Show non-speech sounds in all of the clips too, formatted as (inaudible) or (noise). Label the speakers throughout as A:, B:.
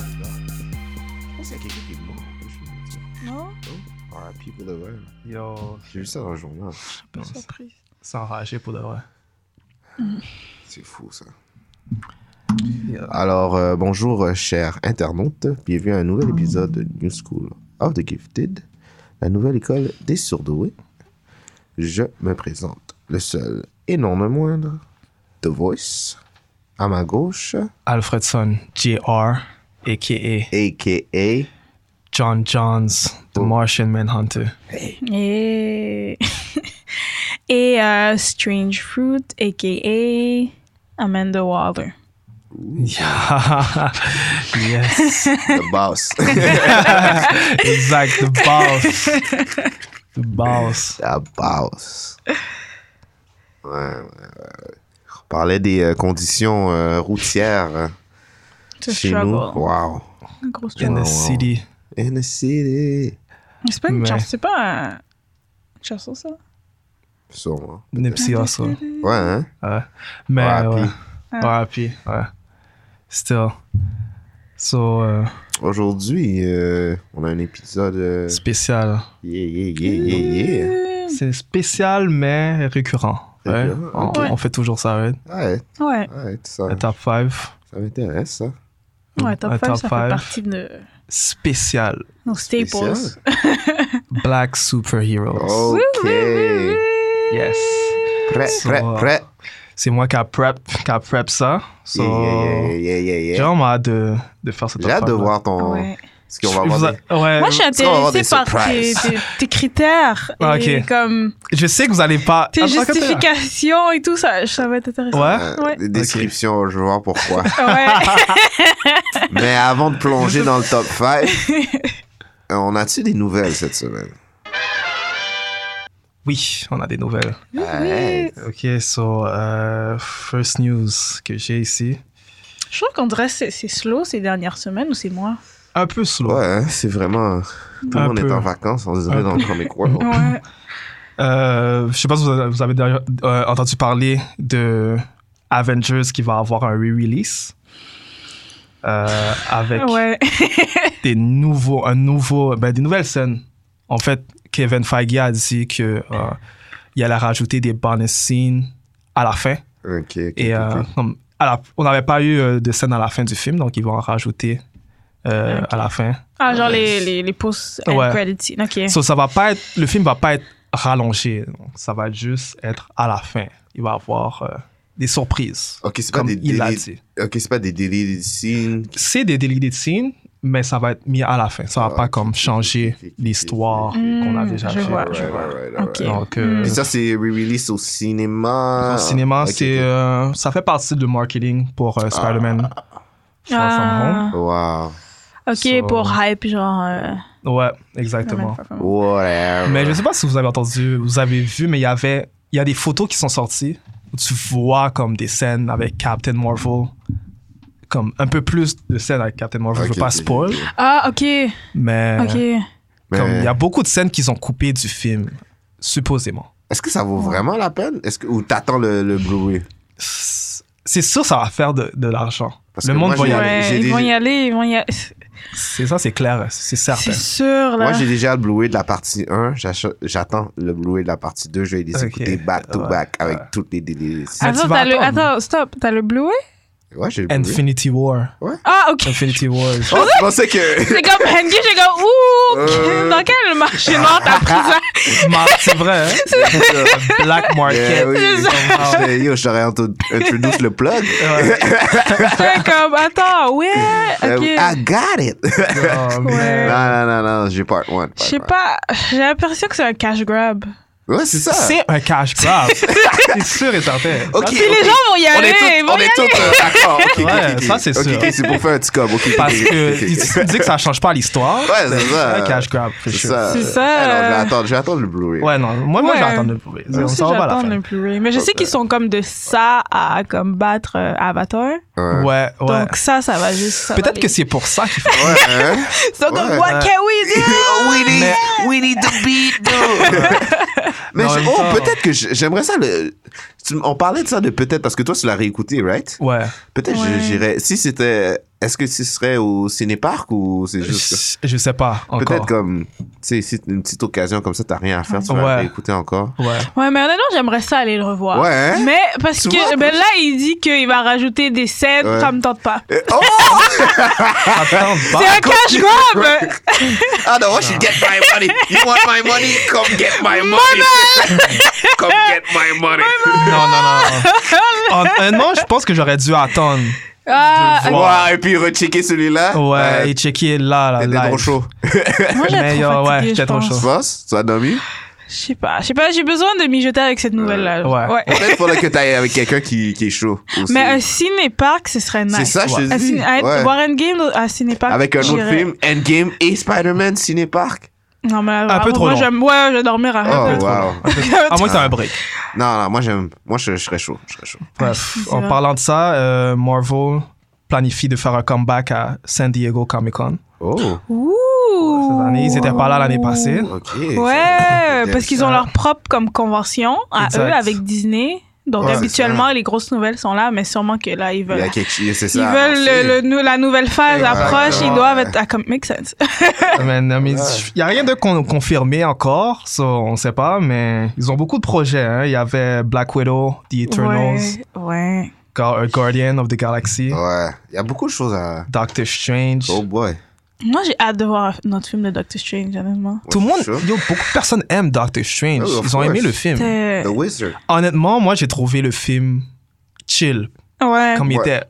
A: Je pense qu'il y a quelqu'un qui est mort. en plus, je me dis.
B: Non,
A: Ah, puis pour de vrai.
C: Yo,
A: J'ai vu ça dans le journal.
B: pas
C: Non,
B: surprise.
C: c'est enragé pour de vrai.
A: C'est fou, ça.
C: Yo.
A: Alors, euh, bonjour, euh, chers internautes. Bienvenue à un nouvel épisode de New School of the Gifted, la nouvelle école des surdoués. Je me présente, le seul et non le moindre, The Voice. À ma gauche,
C: Alfredson, J.R., a.k.a.
A: a.k.a.
C: John Johns, The
A: Oh.
C: Martian Manhunter.
B: Et, (laughs) et euh, Strange Fruit, a.k.a. Amanda Waller.
C: Yeah. (laughs) yes,
A: The Boss.
C: exact, the
A: (laughs)
C: boss. The boss.
A: La base. Ouais, ouais, ouais. On parlait des euh, conditions euh, routières euh,
B: It's a
A: chez
B: struggle.
A: nous. Wow.
B: Un gros
C: In
B: struggle.
A: wow, wow.
C: the city.
A: In the city.
B: Mais C'est pas une
C: Mais-
B: chanson, c'est pas un- une chanson, ça?
A: Sûrement.
C: Nipsey Hussle.
A: Ouais, hein?
C: Ouais. Mais,
A: R.I.P.
C: ouais. R.I.P., ouais. Still. So, euh,
A: Aujourd'hui, euh, on a un épisode. euh,
C: spécial.
A: Yeah, yeah, yeah, yeah, yeah.
C: C'est spécial, mais récurrent. Ouais.
A: Récurrent,
C: On,
A: ok.
C: on fait toujours ça, right?
A: Ouais,
B: Ouais,
A: ouais, ça,
C: Le top 5.
A: ça m'intéresse, ça.
B: ouais, top
C: Un
B: 5,
C: top
B: ça fait
C: five.
B: partie de
C: spécial
B: nos
A: Spécial.
B: staples.
C: Black Superheroes.
B: (laughs)
A: Ok.
C: Yes.
A: Prêt,
C: So,
A: prêt,
C: euh,
A: prêt.
C: C'est moi qui a prep, qui a prep ça. So,
A: Yeah, yeah, yeah, yeah, yeah, yeah.
C: J'ai vraiment hâte de, de faire cette
A: J'ai hâte de
C: affaire-là.
A: voir ton.
B: Ouais.
A: Ce qu'on va
C: Je vous
A: voir.
C: a- ouais,
B: Moi, je suis
A: Est-ce qu'on va avoir des
B: intéressée par tes,
A: surprises?
B: tes- tes critères
C: (laughs) Ah,
B: et
C: ok.
B: comme
C: je sais que vous allez pas.
B: tes
C: Ah, je crois que t'es là.
B: justifications et tout, ça, ça va être intéressant.
C: Ouais.
A: Euh,
B: Ouais.
A: Des descriptions, je vais voir pourquoi.
B: ouais.
A: Mais avant de plonger dans le top 5, on a-tu des nouvelles cette semaine?
C: Oui, on a des nouvelles.
A: (laughs) Ouais.
C: Ok, so euh, first news que j'ai ici,
B: Je trouve qu'on dirait que c'est c'est slow ces dernières semaines ou c'est moi.
C: un peu slow.
A: Ouais, hein, c'est vraiment. Tout le
C: Un
A: monde est
C: peu.
A: en vacances, on dirait
C: Un
A: dans le comic world.
B: Ouais.
C: Euh, je sais pas si vous avez, vous avez déjà, euh, entendu parler de Avengers qui va avoir un re-release euh, avec
B: ouais.
C: des nouveaux, un nouveau, ben, des nouvelles scènes. En fait, Kevin Feige a dit que euh, il allait rajouter des bonus scenes à la fin.
A: Ok, ok.
C: Et
A: ok,
C: euh,
A: ok.
C: comme à la- on n'avait pas eu euh, de scène à la fin du film, donc ils vont en rajouter euh,
B: Ok.
C: à la fin.
B: Ah, genre les, les, les posts and
C: Ouais.
B: credit scene. Ok.
C: So, ça va pas être, le film va pas être rallongé. Donc, ça va juste être à la fin. Il va y avoir euh, des surprises.
A: Ok, c'est pas,
C: Comme
A: des
C: il l'a
A: délits-
C: dit.
A: ok, c'est pas des délits de signes.
C: C'est des deleted scenes, mais ça va être mis à la fin. Ça va
A: Ah,
C: pas
A: ok,
C: comme
A: ok,
C: changer
A: ok, ok, ok,
C: l'histoire
A: ok.
C: qu'on a
B: Hmm,
C: déjà
B: je
C: fait.
B: vois, je
A: Right,
B: vois.
A: right, right,
B: Ok.
A: right.
C: Donc, euh,
A: Et ça, c'est re-release au cinéma.
C: Au cinéma,
A: Ok,
C: c'est,
A: ok.
C: euh, ça fait partie du marketing pour euh, Spider-Man Far
B: Ah.
A: Wow.
B: Ok,
C: So-
B: pour hype, genre. euh,
C: From Home. Ouais, exactement.
B: Spider-Man.
A: Whatever.
C: Mais je sais pas si vous avez entendu, vous avez vu, mais il y avait, il y a des photos qui sont sorties où tu vois comme des scènes avec Captain Marvel, comme un peu plus de scènes avec Captain Marvel. je
A: Ok,
C: veux pas
A: ok,
C: spoil,
A: ok.
B: Ah, ok.
C: mais
B: Ok.
C: comme il
A: Mais
C: y a beaucoup de scènes qu'ils ont coupées du film, supposément.
A: Est-ce que ça vaut vraiment la peine? Est-ce que... Ou t'attends le, le Blu-ray?
C: C'est sûr, ça va faire de, de l'argent.
A: Parce
C: Le
A: que
C: monde
A: moi,
C: va y
A: j'ai-
C: aller.
B: Ouais,
A: j'ai
B: ils
A: des-
B: vont y aller, ils vont y aller.
C: C'est ça, c'est clair, c'est certain.
B: C'est sûr, là.
A: Moi, j'ai déjà le Blu-ray de la partie 1. j'ach- J'attends le Blu-ray de la partie 2. Je vais les
C: Ok.
A: écouter back-to-back
C: Ouais.
A: avec
C: Ouais.
A: toutes les délits. de signes.
C: Ah,
B: Attends,
C: tu vas
B: t'as le...
C: attendre.
B: Attends, stop. T'as le Blu-ray?
A: Ouais, j'ai le Blu-ray.
C: Infinity War.
B: Ah,
A: (laughs)
B: ok.
C: Infinity War.
A: Oh, je pensais
C: (laughs)
A: que. (laughs)
B: C'est comme Hengi, j'ai comme. Ouh,
A: Euh.
B: dans quel marché noir t'as
A: (laughs)
B: pris ça?
A: Oh,
C: Ma- (laughs) C'est vrai, hein? Black
A: Yeah,
C: Market.
A: Ben oui.
C: Somehow.
A: J'étais- Yo, je t'aurais introdu- introduit le plug.
C: Ouais.
B: C'est comme, attends, ouais.
A: Euh,
B: Ok.
A: I got it.
C: Oh, man.
B: Ouais.
A: Bah, Non, non, non, non, j'ai part one. part
B: Je sais
A: one.
B: pas, j'ai l'impression que c'est un cash grab.
A: Ouais, c'est ça.
C: C'est un cash grab.
A: (laughs)
C: c'est sûr et certain.
A: Ok,
B: Puis les
A: ok.
B: gens vont y
A: On est
B: aller.
A: tous,
B: ils
A: on
B: vont y
A: est tous euh, d'accord. Ok, ok,
C: (laughs) Ouais,
A: ok.
C: ça, c'est
A: Ok,
C: sûr.
A: ok, c'est pour faire un petit com. ok, ok,
C: Parce
A: ok, (laughs)
C: que
A: ok, ok.
C: tu tu dis que ça change pas l'histoire.
A: Ouais, c'est ça.
C: un cash grab. for
A: C'est
C: sure.
A: ça.
B: C'est ça,
A: Ah non, je vais
B: euh,
A: attendre, je vais attendre le Blu-ray.
C: Ouais, non. Moi, moi
B: Ouais.
C: j'attends de le prouver.
B: Moi
C: On
B: aussi,
C: s'en va à la
B: j'attends
C: fin.
B: le Blu-ray. Mais je sais
A: Ok.
B: qu'ils sont comme de ça à comme battre euh, Avatar.
A: Ouais.
C: Ouais, ouais.
B: Donc ça, ça va juste. ça va
C: Peut-être
B: les-
C: que c'est pour ça qu'il faut.
A: Ouais, hein?
B: Ils sont comme
A: Ouais. (laughs)
B: What can we do?
A: we need, we need the beat, though. Mais
C: Mais en
A: je-
C: même
A: oh,
C: temps-
A: peut-être que je- j'aimerais ça. Le, tu m- on parlait de ça de peut-être parce que toi, tu l'as réécouté, right?
C: Ouais.
A: Peut-être je-
B: Ouais.
A: j'irais. Si c'était. Est-ce que ce serait au ciné-parc ou c'est juste.
C: Je je sais pas
A: Peut-être
C: Euh, encore.
A: comme. Tu sais, si t'as une petite occasion comme ça, t'as rien à faire, tu vas
C: Ouais.
A: réécouter encore.
C: Ouais.
B: Ouais, mais honnêtement, j'aimerais ça aller le revoir.
A: Ouais, hein?
B: Mais parce
A: Tu
B: que
A: vois,
B: ben là, il dit qu'il va rajouter des scènes,
A: Ouais. Ah,
B: ça me tente pas.
A: Euh, oh!
C: Attends,
B: C'est un cash grab!
A: Ah non, I should get (laughs) my money. You want my money? Come get my money. Come get my money.
C: (laughs) Non, non, non.
B: (laughs)
C: Honnêtement, je pense que j'aurais dû attendre.
B: Ah,
C: Je vois.
A: Ouais, et puis rechecker celui-là.
C: Ouais,
A: Euh,
C: et checker là, là,
A: T'étais
C: live.
A: trop chaud.
B: moi j'ai
C: Mais, euh,
B: trop
C: ouais,
B: fatigué,
C: j'étais
B: je
C: trop
B: pense.
A: Tu
C: chaud.
A: penses? Tu as dormi?
B: Je sais pas, je sais pas, j'ai besoin de mijoter avec cette nouvelle-là.
C: Ouais.
A: Peut-être faudrait que t'ailles avec quelqu'un qui, qui est chaud. aussi.
B: Mais un ciné-parc, ce serait nice.
A: c'est ça, je te
B: Un
A: dis.
B: ciné- un-
A: Ouais.
B: Voir Endgame à ciné-parc.
A: Avec un autre
B: j'irais.
A: film, Endgame et Spider-Man Ciné-Park.
B: Non, mais
C: Ah, Un peu trop
B: moi,
C: long.
B: j'aime- Ouais, je vais dormir à
A: Oh,
B: un peu.
A: wow.
C: À moins que t'as un break.
B: (laughs)
A: Non, non, moi, j'aime. Moi, je, je serais chaud. Je serais chaud.
C: Bref,
B: c'est
C: en
B: vrai.
C: parlant de ça, euh, Marvel planifie de faire un comeback à San Diego Comic Con.
A: Oh,
B: Ouh.
C: Cette année, ils étaient pas là l'année passée.
A: ok.
B: Ouais, parce qu'ils ont
C: ça.
B: leur propre comme convention à
C: Exact.
B: eux avec Disney. Donc
A: Ouais,
B: habituellement, les grosses nouvelles sont là, mais sûrement que là,
A: Il
B: ils
A: y a
B: veulent.
A: quelque chose. C'est
B: Ils
A: ça.
B: veulent
A: avancé.
B: le- le nou- la nouvelle phase approche, ils
C: Exactement.
B: doivent être. Ah, comme, make sense.
C: (laughs) mais non, mais il n'y a rien de con- confirmé encore, ça, on sait pas, mais ils ont beaucoup de projets. hein. Il y avait Black Widow, The Eternals,
B: Ouais, ouais.
C: Gar- Guardian of the Galaxy,
A: Ouais. Il y a beaucoup de choses à.
C: Doctor Strange.
A: Ah. Oh, boy.
B: Moi, j'ai hâte de voir notre film de Doctor Strange, honnêtement.
C: Tout le monde,
A: Sure.
C: yo, beaucoup de personnes aiment Doctor Strange.
A: Oh, of
C: ils ont aimé
A: course.
C: le film.
B: C'est-
A: The Wizard.
C: Honnêtement, moi, j'ai trouvé le film chill,
B: Ouais.
C: comme il
A: Ouais.
C: était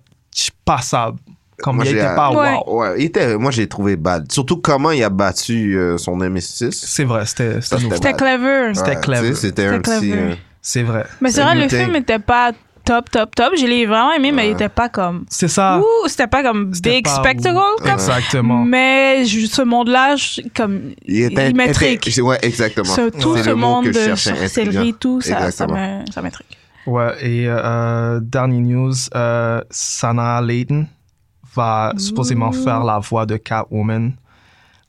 C: passable, comme
A: Moi,
C: il
A: j'ai-
C: était pas
B: Ouais.
C: wow.
A: Oh, Ouais, il était, moi, j'ai trouvé bad. Surtout comment il a battu euh, son M6.
C: C'est vrai, c'était c'était
A: Ça,
C: nouveau.
A: c'était-
B: C'était clever.
C: C'était clever.
A: C'était un
B: C'était
A: petit.
B: clever.
A: euh,
C: C'est vrai.
B: Mais c'est vrai, le
A: C'était
B: film
A: mutin.
B: n'était pas top, top, top. Je l'ai vraiment aimé, mais il n'était pas comme.
C: C'est ça.
B: Ouh, c'était pas comme
C: Ah. C'était
B: Big
C: pas
B: Spectacle.
C: wow.
B: comme-
C: Exactement.
B: Mais je- ce monde-là, je- comme.
A: Il était
B: il m'intrigue.
A: était- Ouais, exactement.
B: Ce- tout
A: C'est
B: ce
A: le mot
B: monde
A: que je
B: de
A: cherchais,
B: sorcellerie,
A: intriguant.
B: tout, ça, ça
A: Exactement.
B: me- ça m'intrigue.
C: Ouais, et euh, dernière news, euh, Sana Layton va supposément faire la voix de Catwoman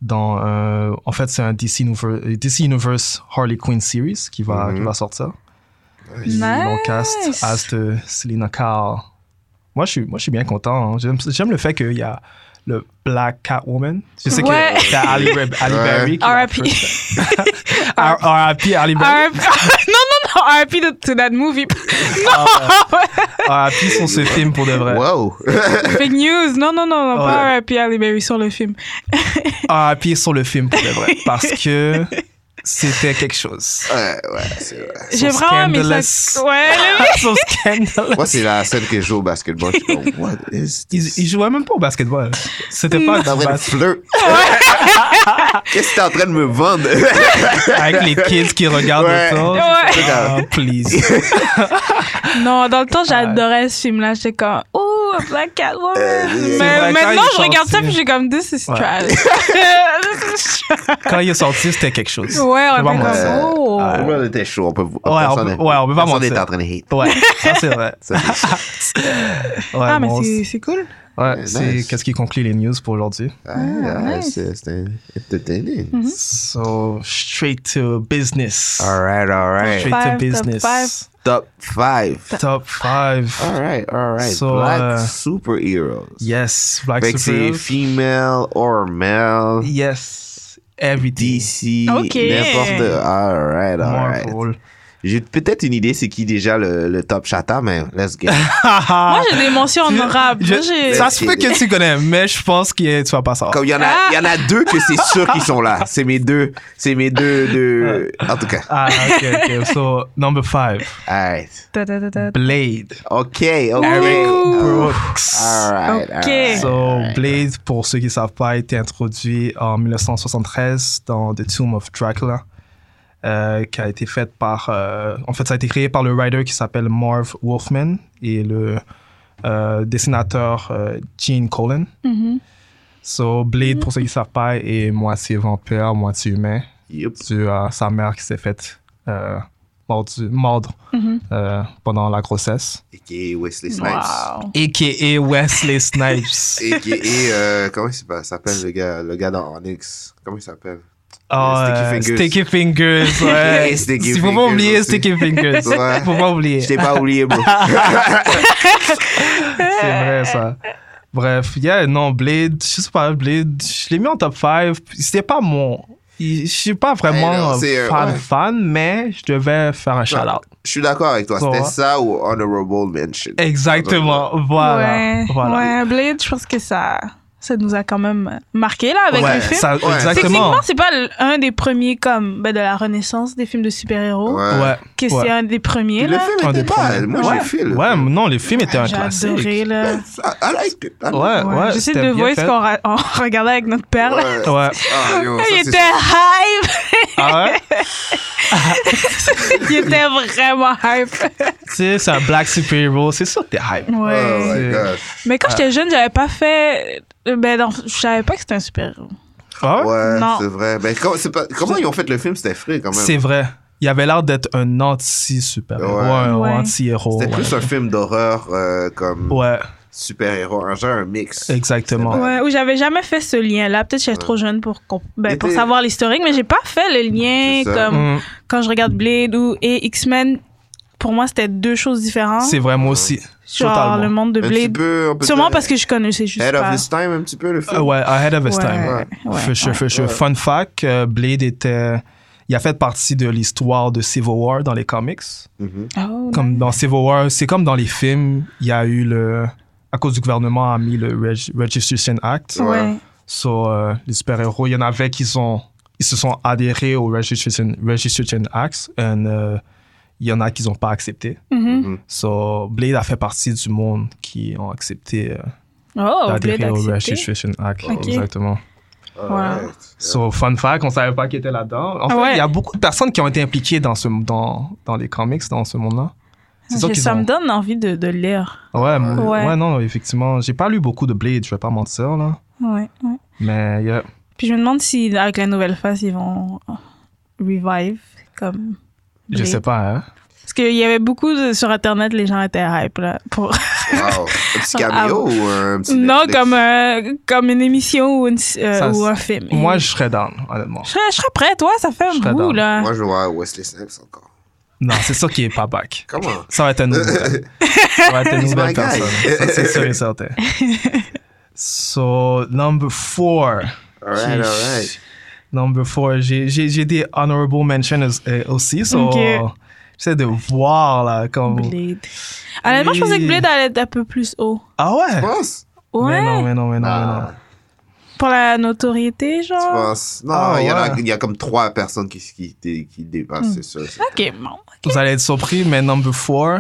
C: dans... euh, en fait, c'est un DC, Univer- euh, DC Universe Harley Quinn series qui va,
A: Mhm.
C: qui va sortir. Puis Ils l'ont cast
B: Nice.
C: as de Selena Kyle. Moi, je suis, moi, je suis bien content. hein. J'aime- J'aime le fait qu'il y a le Black Catwoman. Je sais
B: Ouais.
C: que c'est Ali,
A: (laughs)
C: Re- Ali
A: Ouais.
C: Berry qui l'a
B: R.I.P. (laughs)
C: fait. R- R.I.P. Ali Berry.
B: R- (laughs) non, non, non, RIP de- to that movie. (laughs)
C: R.I.P. sur ce film pour de vrai.
A: Wow. (laughs)
B: Fake news. Non, non, non, non pas
C: Ouais.
B: RIP Halle Berry sur le film.
C: R.I.P. sur le film pour de
B: (laughs)
C: vrai. Parce que c'était quelque chose.
A: Ouais, ouais, c'est vrai.
B: J'ai vraiment aimé ça.
C: Scandalous.
B: Ouais,
C: (laughs)
B: le-
C: So scandalous.
A: Moi, c'est la scène que je joue au basketball. Je suis comme,
B: (laughs)
A: what is
C: Ils,
A: this?
C: ils jouaient même pas au basketball. C'était pas
A: T'es en
C: du
A: train de
C: bas-
A: flirt. (laughs) Qu'est-ce que t'es en train de me vendre?
C: avec les kids qui regardent
A: Ouais.
C: autour. (laughs)
B: Ouais.
C: Ah, please.
A: (laughs)
B: Non, dans le temps, j'adorais ce film-là. J'étais comme, oh, Black Catwoman.
C: Euh,
A: c'est
C: vrai,
B: Mais
C: quand
B: maintenant,
C: il est
B: je regarde ça
C: sorti-
B: puis j'ai comme, this is
C: Ouais. (laughs)
B: trash. (laughs) This is trash.
C: Quand il est sorti, c'était quelque chose.
B: ouais, on
C: Vraiment,
B: était
A: ouais.
B: comme, oh.
C: Ouais.
A: Le monde était chaud. On peut,
C: on peut- ouais, on peut pas
A: personne
C: mentir.
A: est en train de hate.
C: Ouais, ça c'est vrai.
A: (laughs) Ça, c'est sûr.
C: (laughs) Ouais,
B: Ah, mais
C: bon,
B: c'est- c'est cool.
C: ouais, c'est
A: nice.
C: qu'est-ce qui conclut les news pour aujourd'hui.
A: Ah, ah,
B: nice.
A: c'est- C'était entertaining.
C: Mm-hmm. So, straight to business.
A: All right, all right.
C: Straight to
B: Five, top
C: business.
A: Top 5.
C: Top 5.
A: All right, all right.
C: So,
A: Black
C: euh,
A: superheroes.
C: Yes, Black
A: Fait que c'est
C: Superheroes.
A: female or male.
C: Yes, everything.
A: DC,
B: Ok.
A: n'importe. All right, all right.
C: Marvel.
A: J'ai peut-être une idée, c'est qui déjà le, le top chata, mais let's get. it.
B: Moi, j'ai des mentions
C: Je-
B: honorables.
C: Ah. je-
B: Moi, j'ai-
C: ça se peut que tu connais, mais je pense que tu vas pas savoir.
A: Comme il y en a, il y en a deux que c'est sûr qu'ils sont là. C'est mes deux, c'est mes deux, deux. En tout cas,
C: Ah, ok, ok. So, number 5,
A: alright.
B: Ta, ta, ta, ta.
C: Blade.
A: Ok, ok.
B: Ouh.
A: Ah,
C: Brooks.
A: Alright,
B: Ok.
A: alright.
C: (laughs) So, Blade, pour ceux qui ne savent pas, a été introduit en 1973 dans The Tomb of Dracula. euh, qui a été faite par. euh, en fait, ça a été créé par le writer qui s'appelle Marv Wolfman et le euh, dessinateur euh, Gene Colan.
B: Mhm.
C: So, Blade, pour ceux qui ne savent pas, est moitié vampire, moitié humain.
A: Yup.
C: dû à sa mère qui s'est faite euh, mordu- mordre
B: Mhm.
C: euh, pendant la grossesse.
A: A.K.A. Wesley Snipes.
B: Wow.
C: A.K.A. Wesley Snipes.
A: A.K.A. euh, comment il s'appelle- s'appelle le gars, le gars dans Onyx? Comment il s'appelle?
C: Ah,
A: Sticky
C: euh,
A: Fingers.
C: Sticky
A: (laughs)
C: Fingers. ouais.
A: Et Sticky
C: Il faut pas
A: Fingers
C: oublier
A: aussi.
C: Sticky Fingers.
A: (laughs) Ouais.
C: faut pas oublier.
A: Je t'ai pas oublié, bro.
C: C'est vrai, ça. Bref, yeah, non, Blade, je sais pas, Blade, je l'ai mis en top 5. C'était pas mon. Je suis pas vraiment
A: Eh non,
C: euh,
A: c'est, euh,
C: fan,
A: ouais.
C: fan, mais je devais faire un shout-out.
A: Je suis d'accord avec toi.
C: Ça
A: C'était
C: va.
A: ça ou Honorable Mention.
C: Exactement, voilà.
B: ouais,
C: voilà.
B: ouais, Blade, je pense que ça, ça nous a quand même marqué là avec
C: Ouais,
B: le film.
C: ça-
A: Ouais.
C: exactement.
B: Techniquement, c'est pas l- un des premiers comme ben, de la renaissance des films de super-héros,
C: Ouais.
B: que
C: ouais.
B: c'est un des premiers
A: Puis Le
B: là.
A: film
C: Un
A: était
C: des
A: pas.
C: premiers.
A: Moi,
B: Ouais. Ah,
A: j'ai fait le
C: Ouais,
A: film.
C: mais non, les films étaient un
B: J'ai
C: classique.
B: adoré là.
A: I, I liked it. I liked
C: Ouais,
B: Ouais,
C: ouais.
B: J'essaie
C: c'était bien
B: de voir ce
C: fait.
B: qu'on ra- on (laughs) regardait avec notre père
A: it.
B: (laughs) là.
A: Ouais.
C: Ouais.
A: Ah, yo, ça,
B: Il
A: c'est-
B: était hype!
C: Ah ouais?
B: (laughs) Il était vraiment
A: (laughs)
B: hype!
C: Tu sais, c'est un black superhero, c'est sûr que t'es hype.
B: Ouais.
A: Oh my
C: Ouais.
A: gosh.
B: Mais quand j'étais jeune, j'avais pas fait. Ben, non, je savais pas que c'était un super-héros.
C: Ah ouais?
A: Ouais,
B: Non.
A: c'est vrai. Mais comment, c'est pas- comment ils ont fait le film C'était frais quand même.
C: C'est vrai. Il avait l'air d'être un anti-super-héros,
A: Ouais.
C: un
B: Ouais.
C: anti-héros.
A: C'était
C: ouais.
A: plus un film d'horreur euh, comme
C: Ouais, Euh,
A: super-héros, un genre un mix.
C: exactement.
A: C'est
B: Ouais, ou j'avais jamais fait ce lien-là. Peut-être que j'étais trop jeune pour, comp- ben,
A: Mais
B: pour
A: t'es-
B: savoir l'historique, mais j'ai pas fait le lien
A: C'est ça.
B: comme
C: Mm,
B: quand je regarde Blade ou et X-Men. Pour moi, c'était deux choses différentes.
C: C'est vrai, moi aussi.
B: Genre
C: totalement.
B: le monde de
A: Un petit
B: Blade.
A: peu, on peut
B: Sûrement
A: dire,
B: parce que je connaissais juste
A: Head
B: pas.
A: of his time, un petit peu le film.
C: Euh, ouais, ahead of his time.
B: Ouais, ouais,
C: for sure,
B: ouais.
C: for sure.
A: Ouais.
C: Fun fact, euh, Blade était... Il a fait partie de l'histoire de Civil War dans les comics.
A: Mhm.
B: Oh,
C: Comme dans Civil War, c'est comme dans les films, il y a eu le... À cause du gouvernement, a mis le Reg- Registration Act.
B: Ouais.
A: Ouais.
C: So, euh, les super-héros, il y en avait qui sont, ils se sont adhérés au Registration, Registration Act, et euh, il y en a qui n'ont pas accepté.
B: Mhm.
A: Mm-hmm.
C: So, Blade a fait partie du monde qui ont accepté euh,
B: Oh, Blade
C: d'adhérer au
B: accepté.
C: Registration Act.
B: Ok.
C: Exactement. Ah
A: Alright.
C: So, fun fact, on ne savait pas qui était là-dedans. En
B: Ah
C: fait, il
B: ouais.
C: y a beaucoup de personnes qui ont été impliquées dans, ce, dans, dans les comics, dans ce monde-là. C'est ça
B: Je-
C: qu'ils
B: Ça me
C: ont.
B: donne envie de, de lire.
C: Ouais, m-
B: Ouais.
C: ouais, non, effectivement. J'ai pas lu beaucoup de Blade, je vais pas mentir, là.
B: Ouais, ouais.
C: Mais, yeah.
B: Puis je me demande si, avec la nouvelle phase, ils vont euh, revive comme.
C: je
B: Blade.
C: sais pas, hein.
B: Parce qu'il y avait beaucoup de- sur Internet, les gens étaient hype là,
C: (laughs)
A: (laughs)
B: pour
A: Wow. Un petit cameo ou un petit.
B: Ah, Non,
A: Netflix?
B: comme, euh, comme une émission ou, une, euh,
C: Ça,
B: ou
C: c'est-
B: un film.
C: Moi,
B: Et-
C: je serais down, honnêtement.
B: je serais, je serais prête, ouais, ça fait
C: Je
B: un
C: serais
B: bout,
C: down.
B: là.
A: Moi, je vois Wesley Snipes encore.
C: Non, c'est sûr qu'il est pas back.
A: Comment?
C: Ça va être un nouveau gars. Ça va
A: (laughs)
C: être une
A: He's my
C: nouvelle
A: guy.
C: personne. Ça, c'est sûr et certain. So, number four.
A: Alright,
C: J'ai-
A: alright.
C: Number four. J'ai j'ai- j'ai des honorable mentions as- euh, aussi. So,
B: Ok.
C: j'essaie de voir, là, comme...
B: Blade. Honnêtement, je pensais que Blade allait être un peu plus haut.
C: Ah
A: Tu
C: ouais?
A: penses?
C: Mais
B: Ouais,
C: non, mais non, mais non, mais non.
A: Ah,
B: pour la notoriété,
A: tu
B: genre.
A: penses? Non,
C: Ah,
A: il, y en a,
C: ouais.
A: il y a comme trois personnes qui, qui, dé- qui dépassent,
B: Hmm.
A: c'est sûr. c'est-
B: Ok, bon.
C: Vous allez être surpris, mais number four,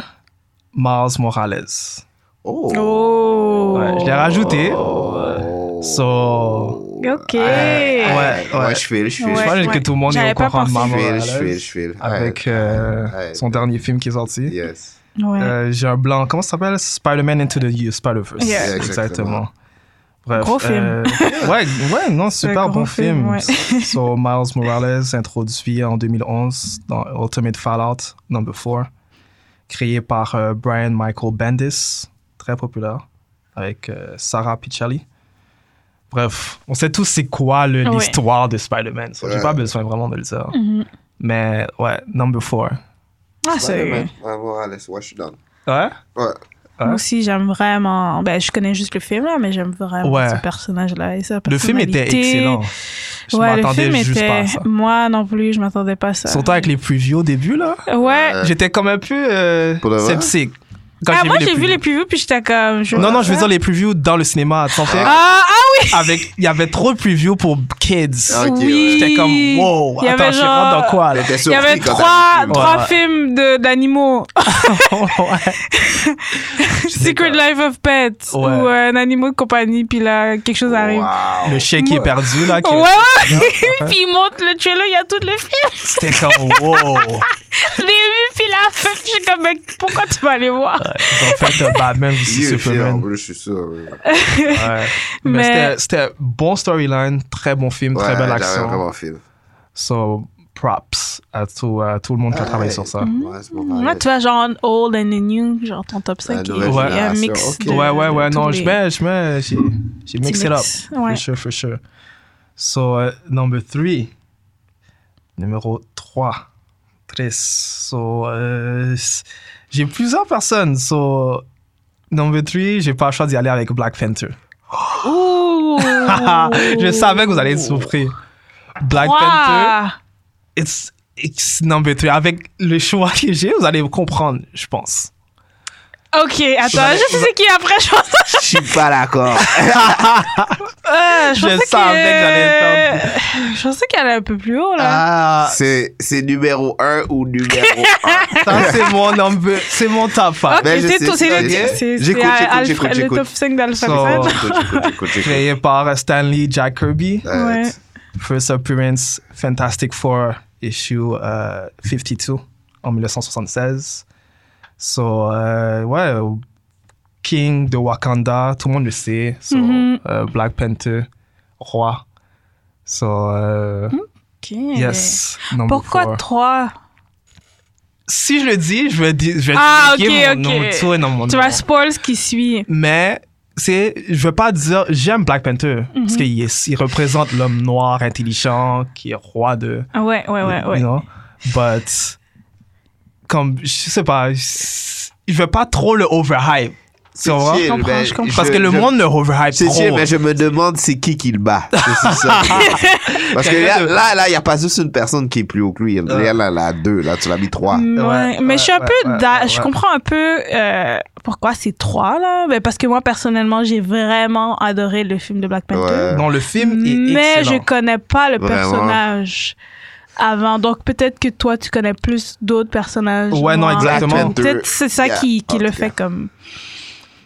C: Miles Morales.
A: Oh!
B: Oh.
C: Ouais, je l'ai rajouté.
A: Oh.
C: So,
B: Oh. Ok.
A: Ouais, ouais, je fais,
C: ouais.
A: je fais.
C: je
B: Ouais.
C: pense que tout le monde est
B: J'avais
C: au
B: pas
C: courant de Miles
B: pensé.
A: Je fais,
C: Morales.
A: je fais, je fais.
C: avec
A: Ouais.
C: euh,
A: Ouais.
C: son dernier film qui est sorti.
A: Yes.
B: Ouais.
C: Euh, J'ai un blanc. Comment ça s'appelle Spider-Man Into the U- Spider-Verse.
B: Yeah.
A: Yeah, exactement.
C: Bref,
B: Gros film.
C: euh, (laughs) ouais, ouais, non, super
B: gros
C: bon film.
B: film, ouais.
C: (laughs) So, Miles Morales, introduit en 2011 dans Ultimate Fallout Number 4, créé par euh, Brian Michael Bendis, très populaire, avec euh, Sarah Pichelli. Bref, on sait tous c'est quoi le-
B: Ouais.
C: l'histoire de Spider-Man. so J'ai
A: Ouais.
C: pas besoin vraiment de le dire.
B: Mhm.
C: Mais ouais, Number 4.
B: Ah, c'est.
A: Spider-Man. Ouais, ouais, Alex, ouais, je suis down.
C: Ouais?
A: Ouais.
B: Moi aussi, j'aime vraiment. Ben, je connais juste le film, là, mais j'aime vraiment
C: Ouais.
B: ce personnage-là et sa
C: Le film était
B: personnalité.
C: excellent. Je
B: ouais, le
C: m'attendais
B: film
C: juste
B: était...
C: pas à ça.
B: Moi non plus, je m'attendais pas à ça.
C: Surtout avec les previews au début, là.
B: Ouais.
A: Euh,
C: J'étais comme un peu euh,
A: Pour de vrai?
C: sceptique. Quand
B: ah, moi, j'ai vu
C: previews.
B: les previews, puis j'étais comme.
C: Non, non, je veux
B: Ah.
C: dire les previews dans le cinéma. tu sentais-
B: Ah, ah oui,
C: (laughs) avec, il y avait trop de previews pour kids.
A: Ah, ok, ouais.
B: oui.
C: J'étais comme, wow,
B: Il y
C: attends,
B: avait
C: je suis rentre dans
B: genre-
C: quoi, là?
A: T'étais
B: Il y
A: surpris
B: avait
A: quand
B: trois,
A: t'as vu le film.
B: trois
C: Ouais.
B: films de- d'animaux.
C: (laughs)
B: (laughs)
C: Ouais.
B: Secret Life of Pets.
C: Ouais.
B: Ou euh, un animal de compagnie, puis là, quelque chose arrive.
A: Wow.
C: Le chien qui est perdu, là. qui-
B: Ouais, ouais. (laughs) puis il montre le trailer, il y a tout le film.
C: C'était comme, wow.
B: Je l'ai vu, puis la fin, je suis comme, mec, pourquoi tu vas aller voir?
A: Ah,
C: Ils ont fait un Batman vs
A: Vieux
C: Superman.
A: film, je suis sûr. ouais.
C: Ouais. Mais,
B: Mais-
C: c'était- c'était bon storyline, très bon film, très
A: Ouais,
C: belle
A: j'avais
C: action.
A: vraiment film.
C: So, props à tout, à tout le monde qui a
A: Ah, Ouais.
C: travaillé sur
B: Mm.
C: ça.
A: Ouais, c'est pas mal.
B: Là, tu vois, genre Old and the New, genre ton top 5.
A: nouvelle
B: il y a un
A: génération,
B: mix.
A: ok.
B: de-
C: Ouais, ouais, ouais.
B: de
C: Non,
B: tous
C: je
B: les-
C: mets, je mets, j'ai, j'ai mix it up.
B: mixes, ouais.
C: For sure, for sure. So, uh, number three. Numéro 3. Tres. So, euh, s- j'ai plusieurs personnes. So, number three, j'ai pas le choix d'y aller avec Black Panther. Ah,
B: Ouh!
C: (laughs)
B: Oh.
C: je savais que vous allez être surpris. Black Panther,
B: Ouah.
C: it's, it's number three. Avec le choix que j'ai, vous allez comprendre, je pense.
B: Ok, attends, je sais c'est qui après,
A: (laughs)
B: je pense.
A: Je suis pas
B: (laughs)
A: d'accord.
B: Euh, je
C: Je
B: pensais que-
C: savais que j'allais le
B: Je pensais qu'elle allait un peu plus haut, là.
C: Ah,
A: C'est c'est numéro 1 ou numéro
B: (laughs)
A: 1.
C: ça, c'est mon number, c'est mon top five.
B: ok,
A: ben, je
B: c'est
A: sais,
B: tout, c'est
A: c'est-
B: le,
A: ok.
B: c'est- c'est
A: J'écoute,
B: à-
A: j'écoute,
B: Alfred-
A: j'écoute,
B: le
A: j'écoute.
B: top 5 d'Alpha
C: So-
A: Oh,
B: Crusade.
C: créé par Stanley Jack Kirby.
A: Euh,
B: Ouais.
C: First appearance, Fantastic Four, issue euh, 52 en 1976. So, euh, ouais, King de Wakanda, tout le monde le sait. So,
B: Mhm.
C: euh, Black Panther, roi. So, euh,
B: Ok.
C: yes. number
B: Mm. Pourquoi
C: four.
B: 3
C: Si je le dis, je vais dire. Je vais
B: Ah,
C: expliquer
B: ok,
C: mon
B: ok.
C: number two et non mon
B: Tu
C: number
B: vas
C: one.
B: spoil ce qui suit.
C: mais c'est je veux pas dire j'aime Black Panther
B: Mhm.
C: parce qu'il est- il représente l'homme noir intelligent qui est roi de
B: Ah Ouais, ouais, ouais, ouais.
C: you know but comme je sais pas je veux pas trop le overhype tu
A: c'est
C: vois
A: chill,
B: comprends,
A: mais
B: je comprends.
C: parce que le
A: ben, je-
C: monde le overhype
A: C'est
C: trop
A: chill, mais je me demande c'est qui qui le
B: (laughs)
A: bat. C'est ça. Parce que
C: Quelqu'un
A: là,
C: de- Ah.
A: là, là, il n'y a pas juste une personne qui est plus haut que lui. Là,
C: Ouais.
A: là, là, deux. Là, tu l'as mis trois.
B: Ouais,
C: Ouais,
B: mais
C: ouais,
B: je suis un
C: ouais,
B: peu.
C: ouais,
B: da-
C: ouais,
B: je
C: ouais.
B: comprends un peu euh, pourquoi c'est 3 là. Ben, parce que moi, personnellement, j'ai vraiment adoré le film de Black Panther.
A: Ouais.
C: non le film est
B: mais je
C: excellent
B: connais pas le
A: Vraiment.
B: personnage avant. Donc peut-être que toi, tu connais plus d'autres personnages.
C: Ouais, non,
B: noirs.
C: exactement.
B: Et Peut-être c'est ça
A: Yeah,
B: qui, qui
A: en
B: le
A: tout cas.
B: fait comme.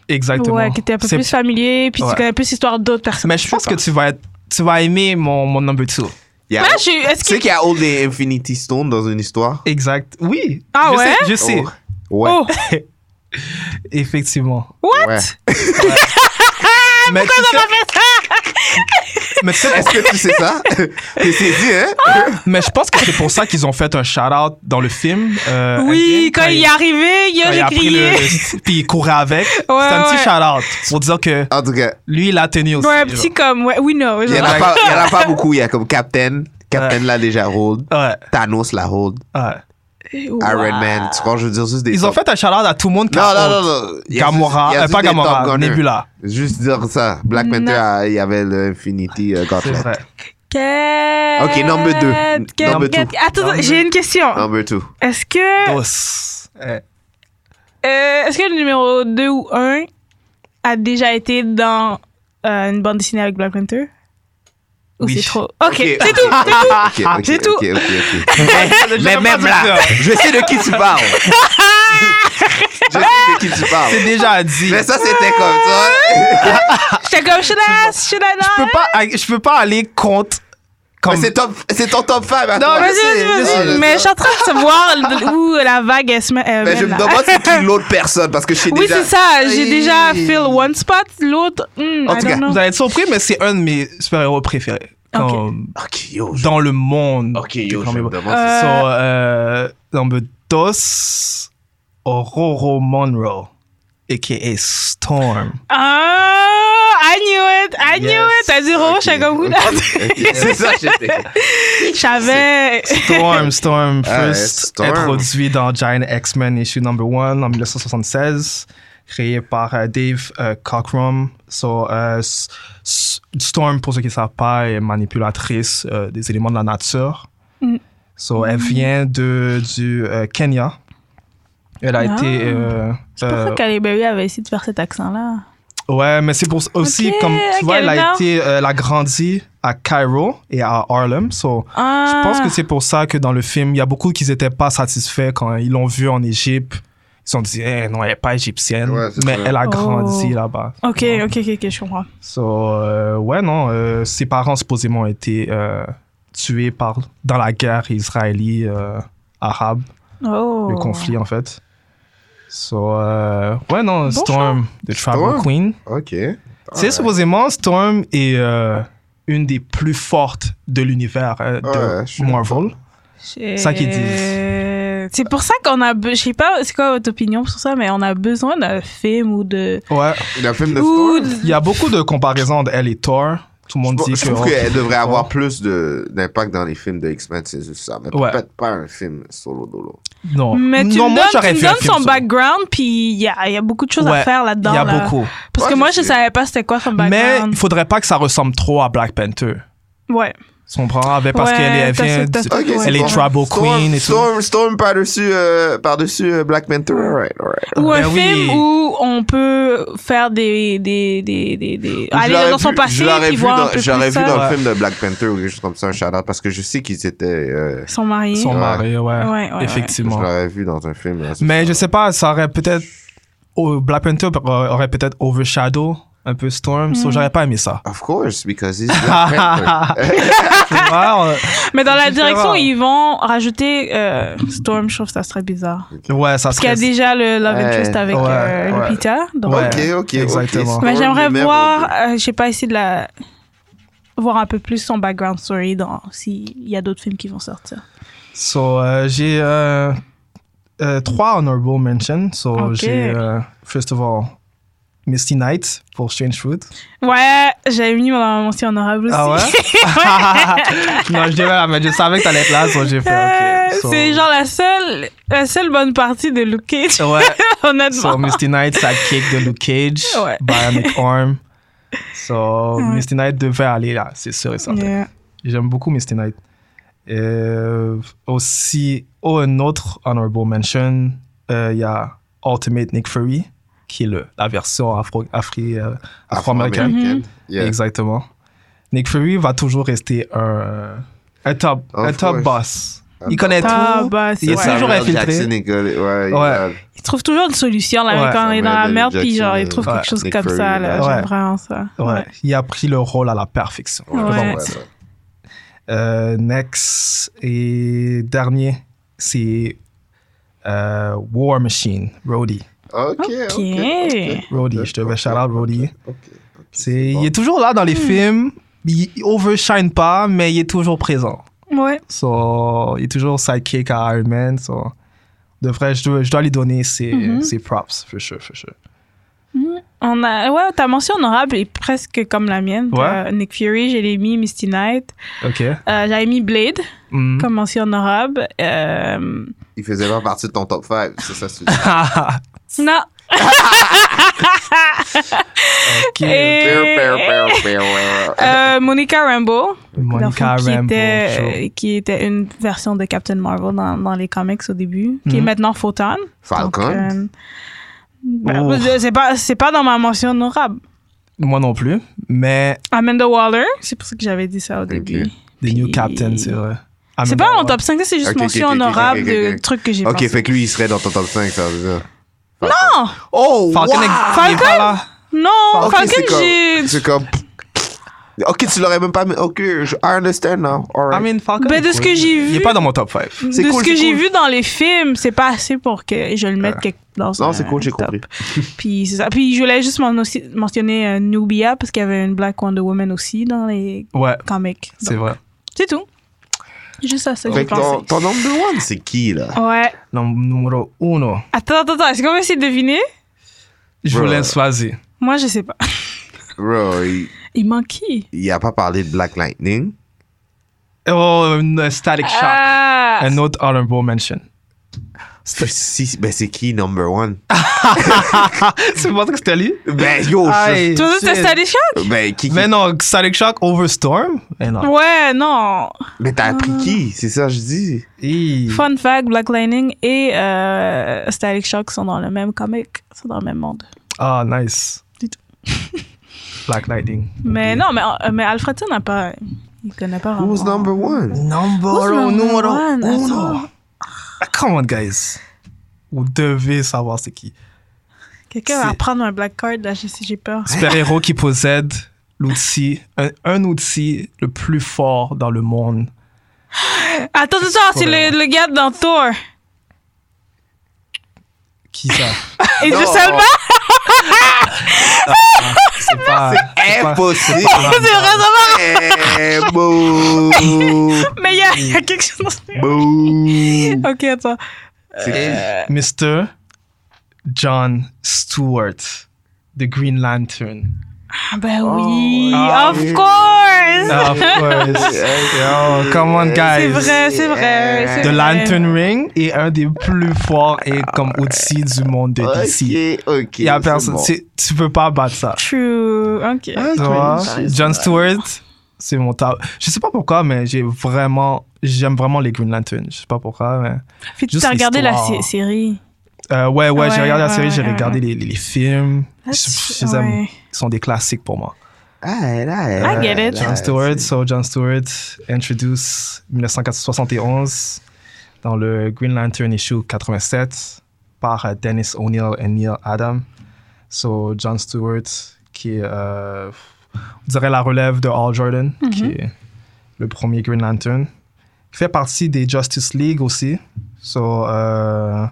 C: exactement
B: Ouais, que t'es un peu
C: C'est-
B: plus familier, puis
C: Ouais.
B: tu connais plus l'histoire d'autres personnages.
C: mais je pense que tu vas être tu vas aimer mon, mon number two.
A: Il y a-
B: Là, je Est-ce
A: Tu sais
B: que.
A: qu'il y a Old et Infinity Stone dans une histoire?
C: Exact. Oui.
B: Ah
C: je
B: ouais?
C: Sais, je sais.
A: Oh. Ouais.
B: (laughs) Oh,
C: Effectivement.
B: what?
A: Ouais.
C: Mais tu sais- Mais tu sais,
A: Est-ce que tu sais ça? (laughs) tu sais dit,
B: Oh.
A: hein?
C: Mais je pense que c'est pour ça qu'ils ont fait un shout-out dans le film. euh,
B: Oui,
C: Endgame,
B: quand il est arrivé, il
C: quand il
B: a
C: a pris le-
B: crié.
C: le- Puis il courait avec. c'est un
B: ouais.
C: petit shout-out pour dire que
A: En tout cas,
C: lui, il a tenu aussi.
B: (laughs) Ouais, un
C: genre.
B: petit comme. Ouais, oui, non.
A: il n'y en, a
C: Ouais.
A: pas- il y en a pas beaucoup. Il y a comme Captain. Captain l'a déjà hold.
C: Ouais,
A: Thanos la hold.
C: ouais.
A: Iron Man. Tu vois, je veux dire juste des.
C: Ils ont
A: top-
C: fait un shout-out à tout le monde. qui
A: Non,
C: a
A: non, non,
C: honte.
A: non. Il y a
C: Gamora,
A: juste- il y a
C: euh,
A: juste
C: pas
A: des top
C: Gamora,
A: gunners.
C: Nebula.
A: Juste dire ça. Black Panther, ah, il y avait l'Infinity euh,
C: C'est
A: Gauntlet.
C: vrai.
B: Ok,
A: number deux. Number two.
B: Attends,
C: Number-
B: j'ai une question.
A: Number two.
B: Est-ce que.
C: Dos. Ouais.
B: Euh, Est-ce que le numéro 2 ou 1 a déjà été dans euh, une bande dessinée avec Black Panther? Ou
C: Oui.
B: c'est trop? Ok, bah,
A: Ok,
B: c'est
A: ok,
B: tout, c'est tout.
A: Ok, ok,
B: C'est tout.
A: ok, ok, ok.
C: (laughs) Je
A: Mais
C: sais
A: même
C: pas
A: là,
C: si
A: je sais de qui tu
C: (laughs)
A: parles. je sais de qui tu parles.
C: C'est (laughs) déjà dit.
A: Mais ça, c'était comme ça.
B: J'étais comme, should I ask, should I
C: Je
B: not?
C: peux pas, je peux pas aller contre. Comme...
A: Mais c'est top- c'est ton top hein, 5. Non,
C: je
B: Vas-y,
C: sais,
B: vas-y,
C: je
B: vas-y.
A: sais.
B: Mais je suis en train de savoir le- où la vague est. se met- euh,
A: Mais Ben, je
B: mène,
A: me
B: là.
A: demande c'est qui l'autre personne parce que je sais
B: (laughs) Oui,
A: déjà.
B: c'est ça. J'ai
A: Hey.
B: déjà fill one spot, l'autre. hmm,
A: En
B: I
A: tout cas,
B: don't
C: Vous
B: know.
C: allez être surpris, mais c'est un de mes super-héros préférés.
B: Ok.
C: Comme-
A: Ok, yo. je-
C: Dans le monde.
A: Ok, yo,
C: Comme-
A: je me demande.
B: Euh,
C: So, euh, number dos, Ororo Monroe, aka
B: (laughs)
C: Storm.
B: Ah, I knew it, I knew
C: Yes.
B: it. T'as dit rouge,
A: Ok,
B: j'étais comme,
A: ok, ok, (laughs) C'est ça, j'étais.
B: je savais.
C: Storm, Storm,
A: Ah,
C: first
A: Storm.
C: introduit dans Giant X-Men issue number 1 en 1976, créé par euh, Dave euh, Cockrum. So, euh, S- S- Storm, pour ceux qui ne savent pas, est manipulatrice euh, des éléments de la nature.
B: Mm.
C: So, elle vient de, du euh, Kenya. Elle a
B: Ah.
C: été. euh,
B: C'est pour
C: euh,
B: ça qu'Ali Berry avait essayé de faire cet accent-là.
C: Ouais, mais c'est pour aussi,
B: Ok,
C: comme tu vois, elle
B: quel
C: a
B: nom?
C: été, euh, elle a grandi à Cairo et à Harlem. So,
B: Ah.
C: Je pense que c'est pour ça que dans le film, il y a beaucoup qui n'étaient pas satisfaits quand ils l'ont vue en Égypte. Ils se sont dit, Eh, non, elle n'est pas égyptienne,
A: Ouais, c'est
C: mais
A: ça.
C: elle a grandi
B: Oh.
C: là-bas.
B: Ok,
C: Ouais.
B: ok, ok, ok, je comprends.
C: So, euh, ouais, non, euh, ses parents supposément ont été euh, tués par, dans la guerre israélie-arabe,
B: Oh.
C: le conflit en fait. So, euh, ouais, non,
B: Bon
C: Storm, The Travel
A: Storm.
C: Queen.
A: Ok.
C: C'est supposément Storm est euh, une des plus fortes de l'univers euh, de
A: Ouais, je suis
C: Marvel.
B: C'est
C: Ça qu'ils
B: C'est pour ça qu'on a. be- Je sais pas, c'est quoi votre opinion sur ça, mais on a besoin d'un film ou de.
C: Ouais.
A: Il a fait une
B: Ou
A: Storm.
C: Il y a beaucoup de comparaisons entre elle et Thor. Tout le monde dit
A: Je,
C: que.
A: trouve
C: oh,
A: qu'elle devrait
C: Thor.
A: avoir plus de- d'impact dans les films de X-Men, c'est juste ça. Mais
C: Ouais.
A: peut-être pas un film solo dolo.
C: Non.
B: Mais tu
C: non,
B: me
C: moi,
B: donnes,
C: j'aurais
B: tu me
C: fait un
B: donnes
C: film
B: son
C: solo.
B: background, puis il y a, il y a beaucoup de choses
C: Ouais,
B: à faire là-dedans.
C: Il y a
B: là.
C: beaucoup.
B: Parce
A: Ouais,
B: que moi,
A: c'est
B: je
A: sûr.
B: savais pas c'était quoi son
C: Mais
B: background.
C: il faudrait pas que ça ressemble trop à Black Panther.
B: Ouais.
C: Tu comprends? Avec- Parce
B: Ouais,
C: qu'elle est- elle
B: t'as-
C: vient.
B: t'as-
C: du-
B: t'as-
A: Ok,
B: ouais.
A: c'est
C: Elle est
A: bon.
C: Tribal
A: Storm,
C: Queen et tout.
A: Storm, Storm par-dessus euh, par-dessus, euh, Black Panther. Alright, alright.
B: Ou un
C: Ben oui.
B: film où on peut faire des. des, des, des, des-
A: Je
B: aller
A: l'aurais
B: dans son
A: vu-
B: passé,
A: je l'aurais
B: puis
A: vu
B: voir
A: dans-
B: un peu plus
A: J'aurais vu
B: ça.
A: dans
C: Ouais.
A: le film de Black Panther ou quelque chose comme ça, un shout-out, parce que je sais qu'ils étaient. euh,
B: Ils sont mariés.
C: Son
A: Ouais.
C: mari, ouais.
B: Ouais, ouais,
C: Effectivement.
A: Je l'aurais vu dans un film. là, c'est
C: Mais
A: ça.
C: je sais pas, ça aurait peut-être. oh, Black Panther aurait aurait peut-être overshadow un peu Storm.
B: Mm.
C: so j'aurais pas aimé ça.
A: Of course, because he's
C: (laughs)
A: Black Panther.
B: (laughs)
C: Tu vois, euh,
B: Mais dans la
C: C'est différent.
B: direction, ils vont rajouter euh, Storm, je trouve ça serait bizarre.
C: Ouais, ça
B: Parce qu'il y a
C: serait.
B: déjà le Love
A: Ouais,
B: Interest avec
C: ouais,
B: euh,
C: ouais.
B: Lupita. donc-
C: Ouais.
A: ok, ok,
C: Exactement.
A: ok.
B: Mais
A: Storm
B: j'aimerais
A: numéro
B: voir,
A: deux.
B: euh, je sais pas, essayer de la voir un peu plus son background story dans s'il y a d'autres films qui vont sortir.
C: So, euh, j'ai euh, euh, trois honorable mentions. So,
B: Ok.
C: j'ai, euh, first of all, Misty Knight pour Strange Fruit.
B: Ouais, j'avais mis mon mention honorable aussi.
C: Ah
B: (laughs)
C: ouais? (laughs) non, je devais la mettre. Je savais que t'allais être là, so j'ai fait.
B: Euh,
C: ok. So,
B: C'est genre la seule, la seule bonne partie de Luke
C: (laughs)
B: Cage, (laughs)
C: Ouais.
B: honnêtement. (laughs)
C: So, Misty Knight, ça kick de Luke Cage,
B: Ouais.
C: Bionic Arm. So,
B: Ouais.
C: Misty Knight devait aller là, c'est sûr et certain.
B: Yeah.
C: J'aime beaucoup Misty Knight. Euh, aussi, oh, un autre honorable mention, euh, il y a Ultimate Nick Fury, qui est le, la version afro, afri, euh, afro-américaine.
A: Afro-américaine. Yeah.
C: Exactement. Nick Fury va toujours rester un, un top,
A: Of
C: un top
A: course.
C: boss.
A: Un
C: Il
A: top
C: connaît
A: boss.
B: Ah,
C: tout.
B: bah,
C: Il
B: c'est
C: est
B: ouais.
C: toujours
A: Samuel
C: infiltré.
A: Jackson, il connaît- ouais, il
C: Ouais.
A: a-
B: Il trouve toujours une solution là,
C: Ouais. euh,
B: quand on est dans la
A: Samuel
B: merde, puis
A: Jackson,
B: genre il trouve
C: ouais.
B: quelque chose
A: Nick
B: comme
A: Fury,
B: ça. Là,
A: ouais.
B: J'aime vraiment ça.
C: Ouais. Il a pris le rôle à la perfection.
A: Ouais,
B: Ouais.
A: ouais, ouais.
C: Euh, next et dernier, c'est euh, War Machine, Rody.
A: Ok, ok.
B: Ok.
A: ok.
C: Rody, je devais shout out Rody.
A: Ok, ok,
C: C'est-
A: c'est bon.
C: Il est toujours là dans les
B: Hmm.
C: films. Il il overshine pas, mais il est toujours présent.
B: Ouais.
C: So, il est toujours sidekick à Iron Man. So, de vrai, je dois, je dois lui donner ses,
B: Mhm.
C: ses props, for sure, for sure.
B: On a, ouais, ta mention honorable est presque comme la mienne.
C: Ouais.
B: T'as Nick Fury, j'ai l'ai mis, Misty Knight.
C: OK.
B: Euh, J'avais mis Blade
C: Mhm. (laughs)
B: comme mention honorable. Euh,
A: Il faisait pas partie de ton top 5, c'est ça, c'est
B: (laughs)
C: Ah,
B: non.
C: OK.
B: Et- euh, Monica Rambeau,
C: Monica
B: dans le fond, qui,
C: Rambeau,
B: était,
C: sure.
B: euh, qui était une version de Captain Marvel dans, dans les comics au début, qui est
C: Mhm.
B: maintenant Photon.
A: Falcon.
B: Donc, euh, ben,
C: Oh.
B: je- c'est pas, c'est pas dans ma mention honorable.
C: Moi non plus, mais
B: Amanda Waller, c'est pour ça que j'avais dit ça au début.
C: The New
B: Puis-
C: Captain, c'est vrai.
B: C'est
C: Amanda
B: pas en
C: Waller.
B: top 5, ça, c'est juste
A: Ok, ok,
B: mention
A: ok, ok,
B: honorable
A: ok, ok,
B: de
A: ok.
B: trucs que j'ai
A: ok,
B: pensé.
A: fait que lui, il serait dans ton top 5, ça veut dire.
B: Non!
A: Oh,
C: Falcon, ex- il est pas là.
B: Non!
A: Ok,
B: Falcon,
A: c'est comme-
B: j'ai.
A: C'est comme. Ok, tu l'aurais même pas mis. Ok, je- I understand now.
C: I
A: Alright.
C: mean, Falcon.
B: Ben, de ce que
C: oui.
B: j'ai
C: Il est
B: vu-
C: pas dans mon top 5.
A: C'est
B: de
A: cool,
B: ce que
A: c'est
B: j'ai
A: cool. Ah.
B: vu dans les films, c'est pas assez pour que je le mette
C: Ouais.
B: quelque dans
A: Non,
B: un
A: c'est cool, j'ai
B: top.
A: compris.
B: Puis c'est ça. Puis je voulais juste men- aussi- mentionner euh, Nubia parce qu'il y avait une Black Wonder Woman aussi dans les
C: Ouais,
B: comics. Donc,
C: c'est vrai.
B: C'est tout. Juste à ça que j'ai
A: Fait que ton,
B: pensé.
A: ton number one, c'est qui, là?
B: Ouais.
C: Num- Numéro 1.
B: Attends, attends, attends. Est-ce qu'on va essayer de deviner?
C: Je vous
A: Bruh.
C: laisse choisir.
B: Moi, je sais pas. (laughs)
A: Bro, il,
B: Il manque qui?
A: il a pas parlé de Black Lightning.
C: Oh, un Static Shock.
B: Ah!
C: Un autre honorable
B: (laughs)
C: mention.
A: Si, ben c'est qui, number one?
C: C'est pour ça que c'était lui?
A: Ben yo, je-
C: Aïe,
B: Tu veux dire que
C: Oh, shit.
B: c'était Static Shock?
A: ben qui? qui-
C: Mais non, Static Shock over Storm? Eh non.
B: Ouais, non.
A: Mais t'as appris qui? C'est ça que je dis.
C: Hi.
B: Fun fact, Black Lightning et euh, Static Shock sont dans le même comic, sont dans le même monde. (laughs)
C: Ah, nice.
B: Du tout.
C: Black Lightning.
B: Mais non, mais, euh, mais Alfredson n'a pas. Il connaît pas vraiment.
A: Who's number one?
B: Who's
C: Number
B: number one? Attends.
C: Ah, Come on, guys. Vous devez savoir c'est qui.
B: Quelqu'un va
C: C'est-
B: prendre un black card, là, je sais, j'ai peur.
A: Hein?
C: Super-héros qui possède l'outil, un, un outil le plus fort dans le monde.
B: Attends, attends, c'est le, le gars dans Thor.
C: Qui
B: (laughs)
C: ça
B: Et
A: Non.
B: juste seulement,
C: C'est pas. c'est pas-
A: Impossible!
C: c'est pas-
B: c'est le raisonnement.
A: Eh, bouh!
B: Mais il y, a- il y a quelque chose dans ce-
A: Bouh!
B: Ok, attends.
A: C'est
C: Eh,
A: qui?
C: Mr. John Stewart, The Green Lantern.
B: Ah, ben
A: Oh,
B: oui,
C: Ah
B: of
A: oui.
B: course. (laughs)
C: of course. Oh, come on,
B: c'est
C: guys.
B: vrai, c'est vrai. c'est
C: The
B: vrai.
C: Lantern Ring est un des plus forts et comme outil du monde de DC.
A: Ok, ok.
C: Il y a
A: c'est
C: personne,
A: bon.
C: c'est- tu peux pas battre ça.
B: True. Ok.
A: Hein?
C: Tu vois, John Stewart, c'est mon top. Je sais pas pourquoi, mais j'ai vraiment, j'aime vraiment les Green Lanterns. Je sais pas pourquoi, mais
B: Puis tu
C: Juste
B: t'as regardé la
C: l'histoire.
B: sé- série.
C: Euh, ouais, ouais,
B: Ouais,
C: j'ai regardé la
B: ouais,
C: série, j'ai
B: ouais,
C: regardé les, les- les films. Je,
B: That's-
C: je les aime.
B: ouais.
C: Ils sont des classiques pour moi.
A: Ah, là,
B: I get it.
C: John Stewart, so John Stewart introduce 1971 dans le Green Lantern issue 87 par euh, Dennis O'Neill et Neil Adam. So John Stewart qui est, euh, on dirait la relève de Hal Jordan, qui est le premier Green Lantern. Il fait partie des Justice League aussi. So, euh,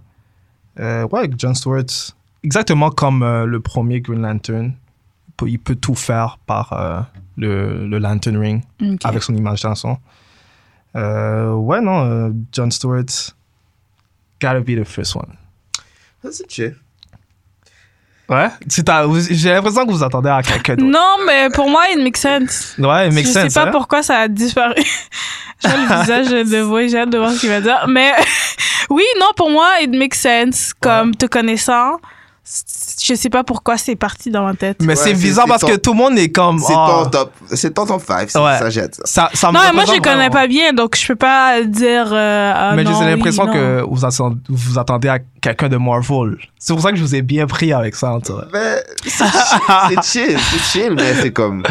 C: euh, ouais, John Stewart, exactement comme euh, le premier Green Lantern, il peut, il peut tout faire par euh, le, le Lantern Ring
B: Ok.
C: avec son imagination. Euh, ouais, non, euh, John Stewart, gotta be the first one.
A: Ça, c'est chill.
C: Ouais, tu t'as- vous- j'ai l'impression que vous attendez à quelqu'un d'autre.
B: Non, mais pour moi, il makes sense.
C: Ouais, it
B: Je
C: makes sense.
B: sais pas
C: hein?
B: pourquoi ça a disparu. (laughs)
C: (laughs)
B: J'ai le visage de voix, j'ai hâte de voir ce qu'il va dire. Mais (laughs) oui, non, pour moi, it makes sense. Comme te connaissant, c- je sais pas pourquoi c'est parti dans ma tête.
C: Mais
A: Ouais,
C: c'est
A: c'est-
C: bizarre
A: c'est
C: parce
A: ton-
C: que tout le monde est comme.
A: C'est
C: oh,
A: ton top. C'est ton top 5, c'est
C: Ouais.
A: ça, jette.
C: Ça, ça me
B: non, mais moi, je
C: représente
B: connais
C: vraiment.
B: pas bien, donc je peux pas dire. euh, ah,
C: mais
B: non,
C: j'ai
B: oui,
C: l'impression
B: non.
C: que vous attend- vous attendez à quelqu'un de Marvel. C'est pour ça que je vous ai bien pris avec ça, en tout cas.
A: Mais c'est chill, Ben, c'est chill, c'est chill, mais c'est comme.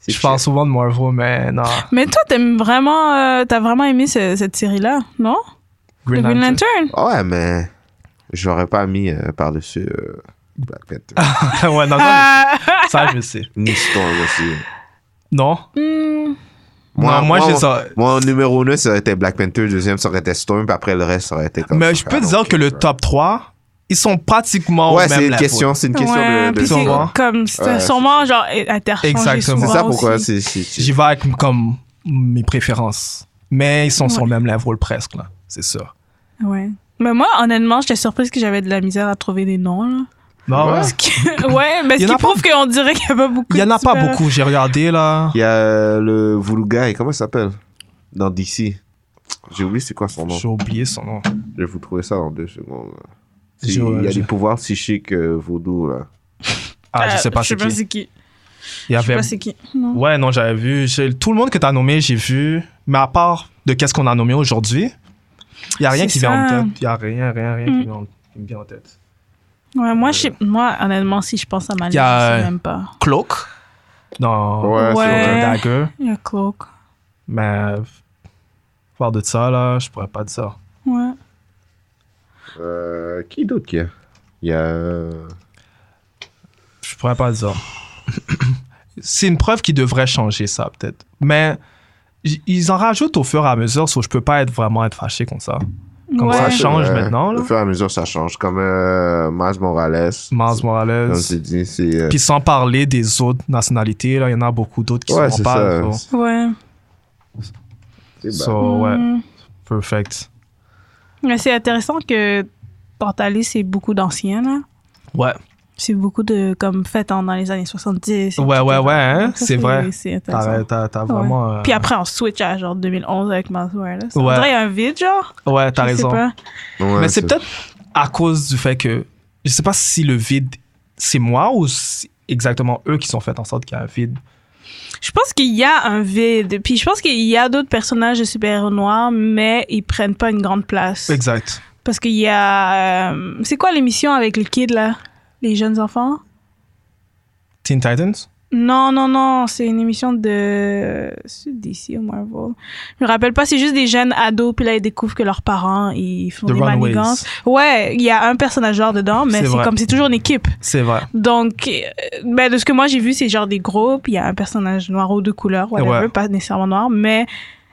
A: C'est
C: Je parle souvent de Marvel, mais non.
B: Mais toi, t'aimes vraiment. euh, T'as vraiment aimé ce- cette série-là, non? The Green Lantern.
A: chill. Ouais, mais j'aurais pas mis euh, par-dessus euh, Black Panther.
C: Ah. (laughs) ouais, non,
B: (laughs)
C: ça,
B: Ah,
C: je- ça, je sais.
A: Ni Storm aussi.
C: Non.
B: (laughs) hmm,
C: Non, moi, j'ai ça.
A: Moi, numéro 1, ça aurait été Black Panther, le deuxième, ça aurait été Storm, puis après, le reste, ça aurait été comme
C: Mais
A: ça,
C: je peux
A: I
C: te
A: don't
C: dire que le
A: care.
C: top 3, ils sont pratiquement au
A: Ouais,
C: même
A: c'est une
C: level.
A: question, c'est une question
B: ouais,
A: de- de.
B: puis c'est
C: Sûrement.
B: comme c'était
A: Ouais,
B: sûrement genre interchangé
C: Exactement.
B: souvent
A: C'est ça pourquoi
C: euh,
A: c'est
B: aussi.
A: c'est chill.
C: J'y vais avec comme mes préférences. Mais ils sont sur
B: Ouais.
C: le même level presque, là. C'est sûr.
B: Ouais. Mais moi, honnêtement, j'étais surprise que j'avais de la misère à trouver des noms. Là.
C: Non, ouais.
B: Parce que- (laughs) ouais, mais
C: Il y
B: ce
C: en a
B: qui
C: pas-
B: prouve qu'on dirait qu'il n'y a pas beaucoup.
C: Il y en a
B: de
C: pas
B: super-
C: beaucoup. J'ai regardé, là.
A: Il y a euh, le Voodoo Guy, comment il s'appelle Dans DC. J'ai oublié c'est quoi son nom.
C: J'ai oublié son nom.
A: Je vais vous trouver ça dans deux secondes. C'est-
C: Je-
A: Il y a
C: je-
A: des pouvoirs psychiques euh, vaudou, là.
C: Ah, je sais pas
B: Euh, je sais
C: c'est
B: pas
C: qui.
B: c'est qui.
C: Il y
B: Je sais
C: avait
B: pas c'est qui. Non.
C: Ouais, non, j'avais vu. J'ai- Tout le monde que t'as nommé, j'ai vu. Mais à part de qu'est-ce qu'on a nommé aujourd'hui, il n'y a rien
B: C'est
C: qui vient
B: ça.
C: en tête. Il n'y a rien, rien, rien
B: Mm.
C: qui, vient en, qui me vient en tête.
B: Ouais, moi, je sais- moi, honnêtement, si je pense à ma
C: Il y
B: liste,
C: a-
B: je sais même pas.
C: Cloak Non.
A: Ouais, c'est
B: Ouais.
A: vrai.
C: Dagger.
B: Il y a Cloak.
C: Mais. Voir de ça, là, je pourrais pas dire ça.
B: Ouais.
A: Euh, qui d'autre qu'il y a Il y a. euh,
C: Je pourrais pas dire. C'est une preuve qui devrait changer ça, peut-être. Mais j- ils en rajoutent au fur et à mesure, sauf je peux pas être vraiment être fâché contre ça. Comme ça
B: Ouais.
C: change
A: euh,
C: maintenant, là.
A: Au fur et à mesure, ça change. Comme euh, Miles Morales.
C: Miles Morales.
A: Comme tu dis, c'est. euh,
C: Puis sans parler des autres nationalités, là, il y en a beaucoup d'autres qui
A: Ouais,
C: sont
A: c'est
C: pas.
A: ça.
C: so-
B: Ouais.
A: c'est bad.
C: So, Oh, ouais,
B: Hmm.
C: perfect.
B: Mais c'est intéressant que dans ta liste, c'est beaucoup d'anciens, là.
C: Ouais,
B: C'est beaucoup de comme fêtes hein, dans les années 70. et
C: Ouais,
B: tout,
C: ouais,
B: tout.
C: ouais, hein,
B: Donc ça,
C: c'est vrai.
B: C'est
C: t'as,
B: intéressant.
C: t'as- t'as vraiment. euh,
B: Puis après, on switch à genre 2011 avec Miles Morales. On
C: Ouais.
B: dirait un vide, genre.
C: ouais, t'as
B: Je sais
C: raison.
B: pas.
A: Ouais,
C: Mais c'est peut-être à cause du fait que. Je sais pas si le vide, c'est moi ou c'est exactement eux qui sont fait en sorte qu'il y a un vide.
B: Je pense qu'il y a un vide. Puis je pense qu'il y a d'autres personnages de super-héros noirs, mais ils prennent pas une grande place.
C: Exact.
B: Parce qu'il y a. euh, c'est quoi l'émission avec les kids, là Les jeunes enfants
C: Teen Titans?
B: Non, non, non, c'est une émission de. C'est DC ou Marvel. Je me rappelle pas, c'est juste des jeunes ados, puis là, ils découvrent que leurs parents, ils font
C: The
B: des
C: Runaways.
B: manigances. Ouais, il y a un personnage noir dedans, mais
C: C'est
B: c'est
C: vrai.
B: comme c'est toujours une équipe.
C: C'est vrai.
B: Donc, euh, ben, de ce que moi j'ai vu, c'est genre des groupes, il y a un personnage noir ou de couleur, whatever,
C: Ouais.
B: pas nécessairement noir, mais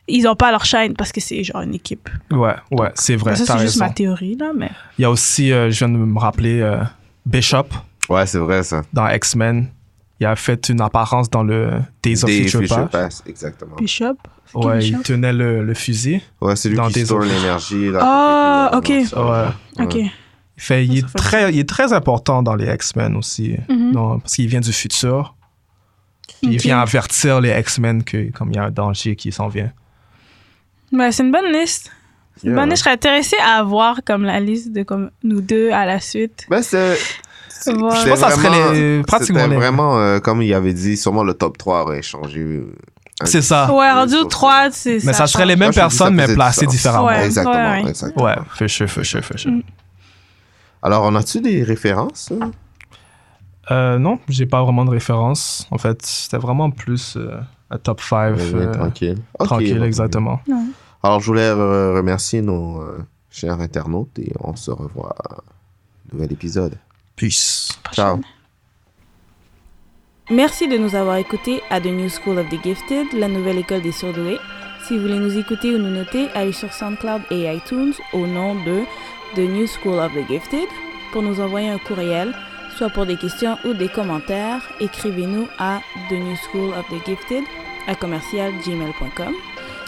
B: ils ont pas leur chaîne parce que c'est genre une équipe.
C: Ouais, ouais, c'est vrai.
B: ça,
C: T'as
B: c'est juste
C: raison.
B: ma théorie, là, mais.
C: Il y a aussi, euh, je viens de me rappeler, euh, Bishop
A: Ouais, c'est vrai ça.
C: dans X-Men. Il a fait une apparence dans le Days of
A: Des
C: Future
A: Future
C: Past.
A: Pass, exactement.
B: Bishop? C'est qui,
C: Ouais,
B: Bishop?
C: il tenait le, le fusil.
A: Ouais, celui
C: Dans
A: qui
C: Days
A: store
C: of-
A: l'énergie. là,
B: Ah,
A: pour les
B: ok.
A: gouvernements, ça.
B: Ok.
C: Fait, il,
B: Ça
C: est
B: fait
C: très, il est très important dans les X-Men aussi.
B: Mhm.
C: Non, parce qu'il vient du futur. Puis Il
B: Ok.
C: vient avertir les X-Men que comme il y a un danger qui s'en vient.
B: Ben, c'est une bonne liste. C'est une
A: Yeah.
B: bonne liste. Bah, Je serais intéressée à voir comme la liste de comme nous deux à la suite.
A: Ben, c'est. c'est-
B: Je pense
A: c'était
C: que ça serait
A: vraiment-
C: les- pratiquement
A: C'était
C: les-
A: vraiment, euh, comme il avait dit, sûrement le top 3 aurait changé. euh, un-
C: C'est ça.
B: ouais,
A: oui,
B: rendu
A: je
B: au
A: pense
B: 3, c'est
C: Mais ça serait les mêmes
B: change.
A: Moi, je me dis, ça
C: personnes, mais
A: faisait du
C: placées
A: sens.
C: différemment.
B: Ouais.
A: exactement,
B: ouais.
A: exactement.
C: Ouais, fait chier, fait chier, fait chier.
B: Mm.
A: Alors, on a-tu des références euh?
C: Euh, non, j'ai pas vraiment de référence. En fait, c'était vraiment plus euh, un top 5
A: Ouais, Euh, Tranquille. Ok,
C: Euh, tranquille,
A: bon.
C: exactement.
A: Alors, je voulais euh, remercier nos euh, chers internautes et on se revoit à un nouvel épisode.
C: Peace.
A: Ciao.
D: Merci de nous avoir écoutés à The New School of the Gifted, la nouvelle école des surdoués. Si vous voulez nous écouter ou nous noter, allez sur SoundCloud et iTunes au nom de The New School of the Gifted. Pour nous envoyer un courriel, soit pour des questions ou des commentaires, écrivez-nous à The New School of the Gifted à commercialgmail.com.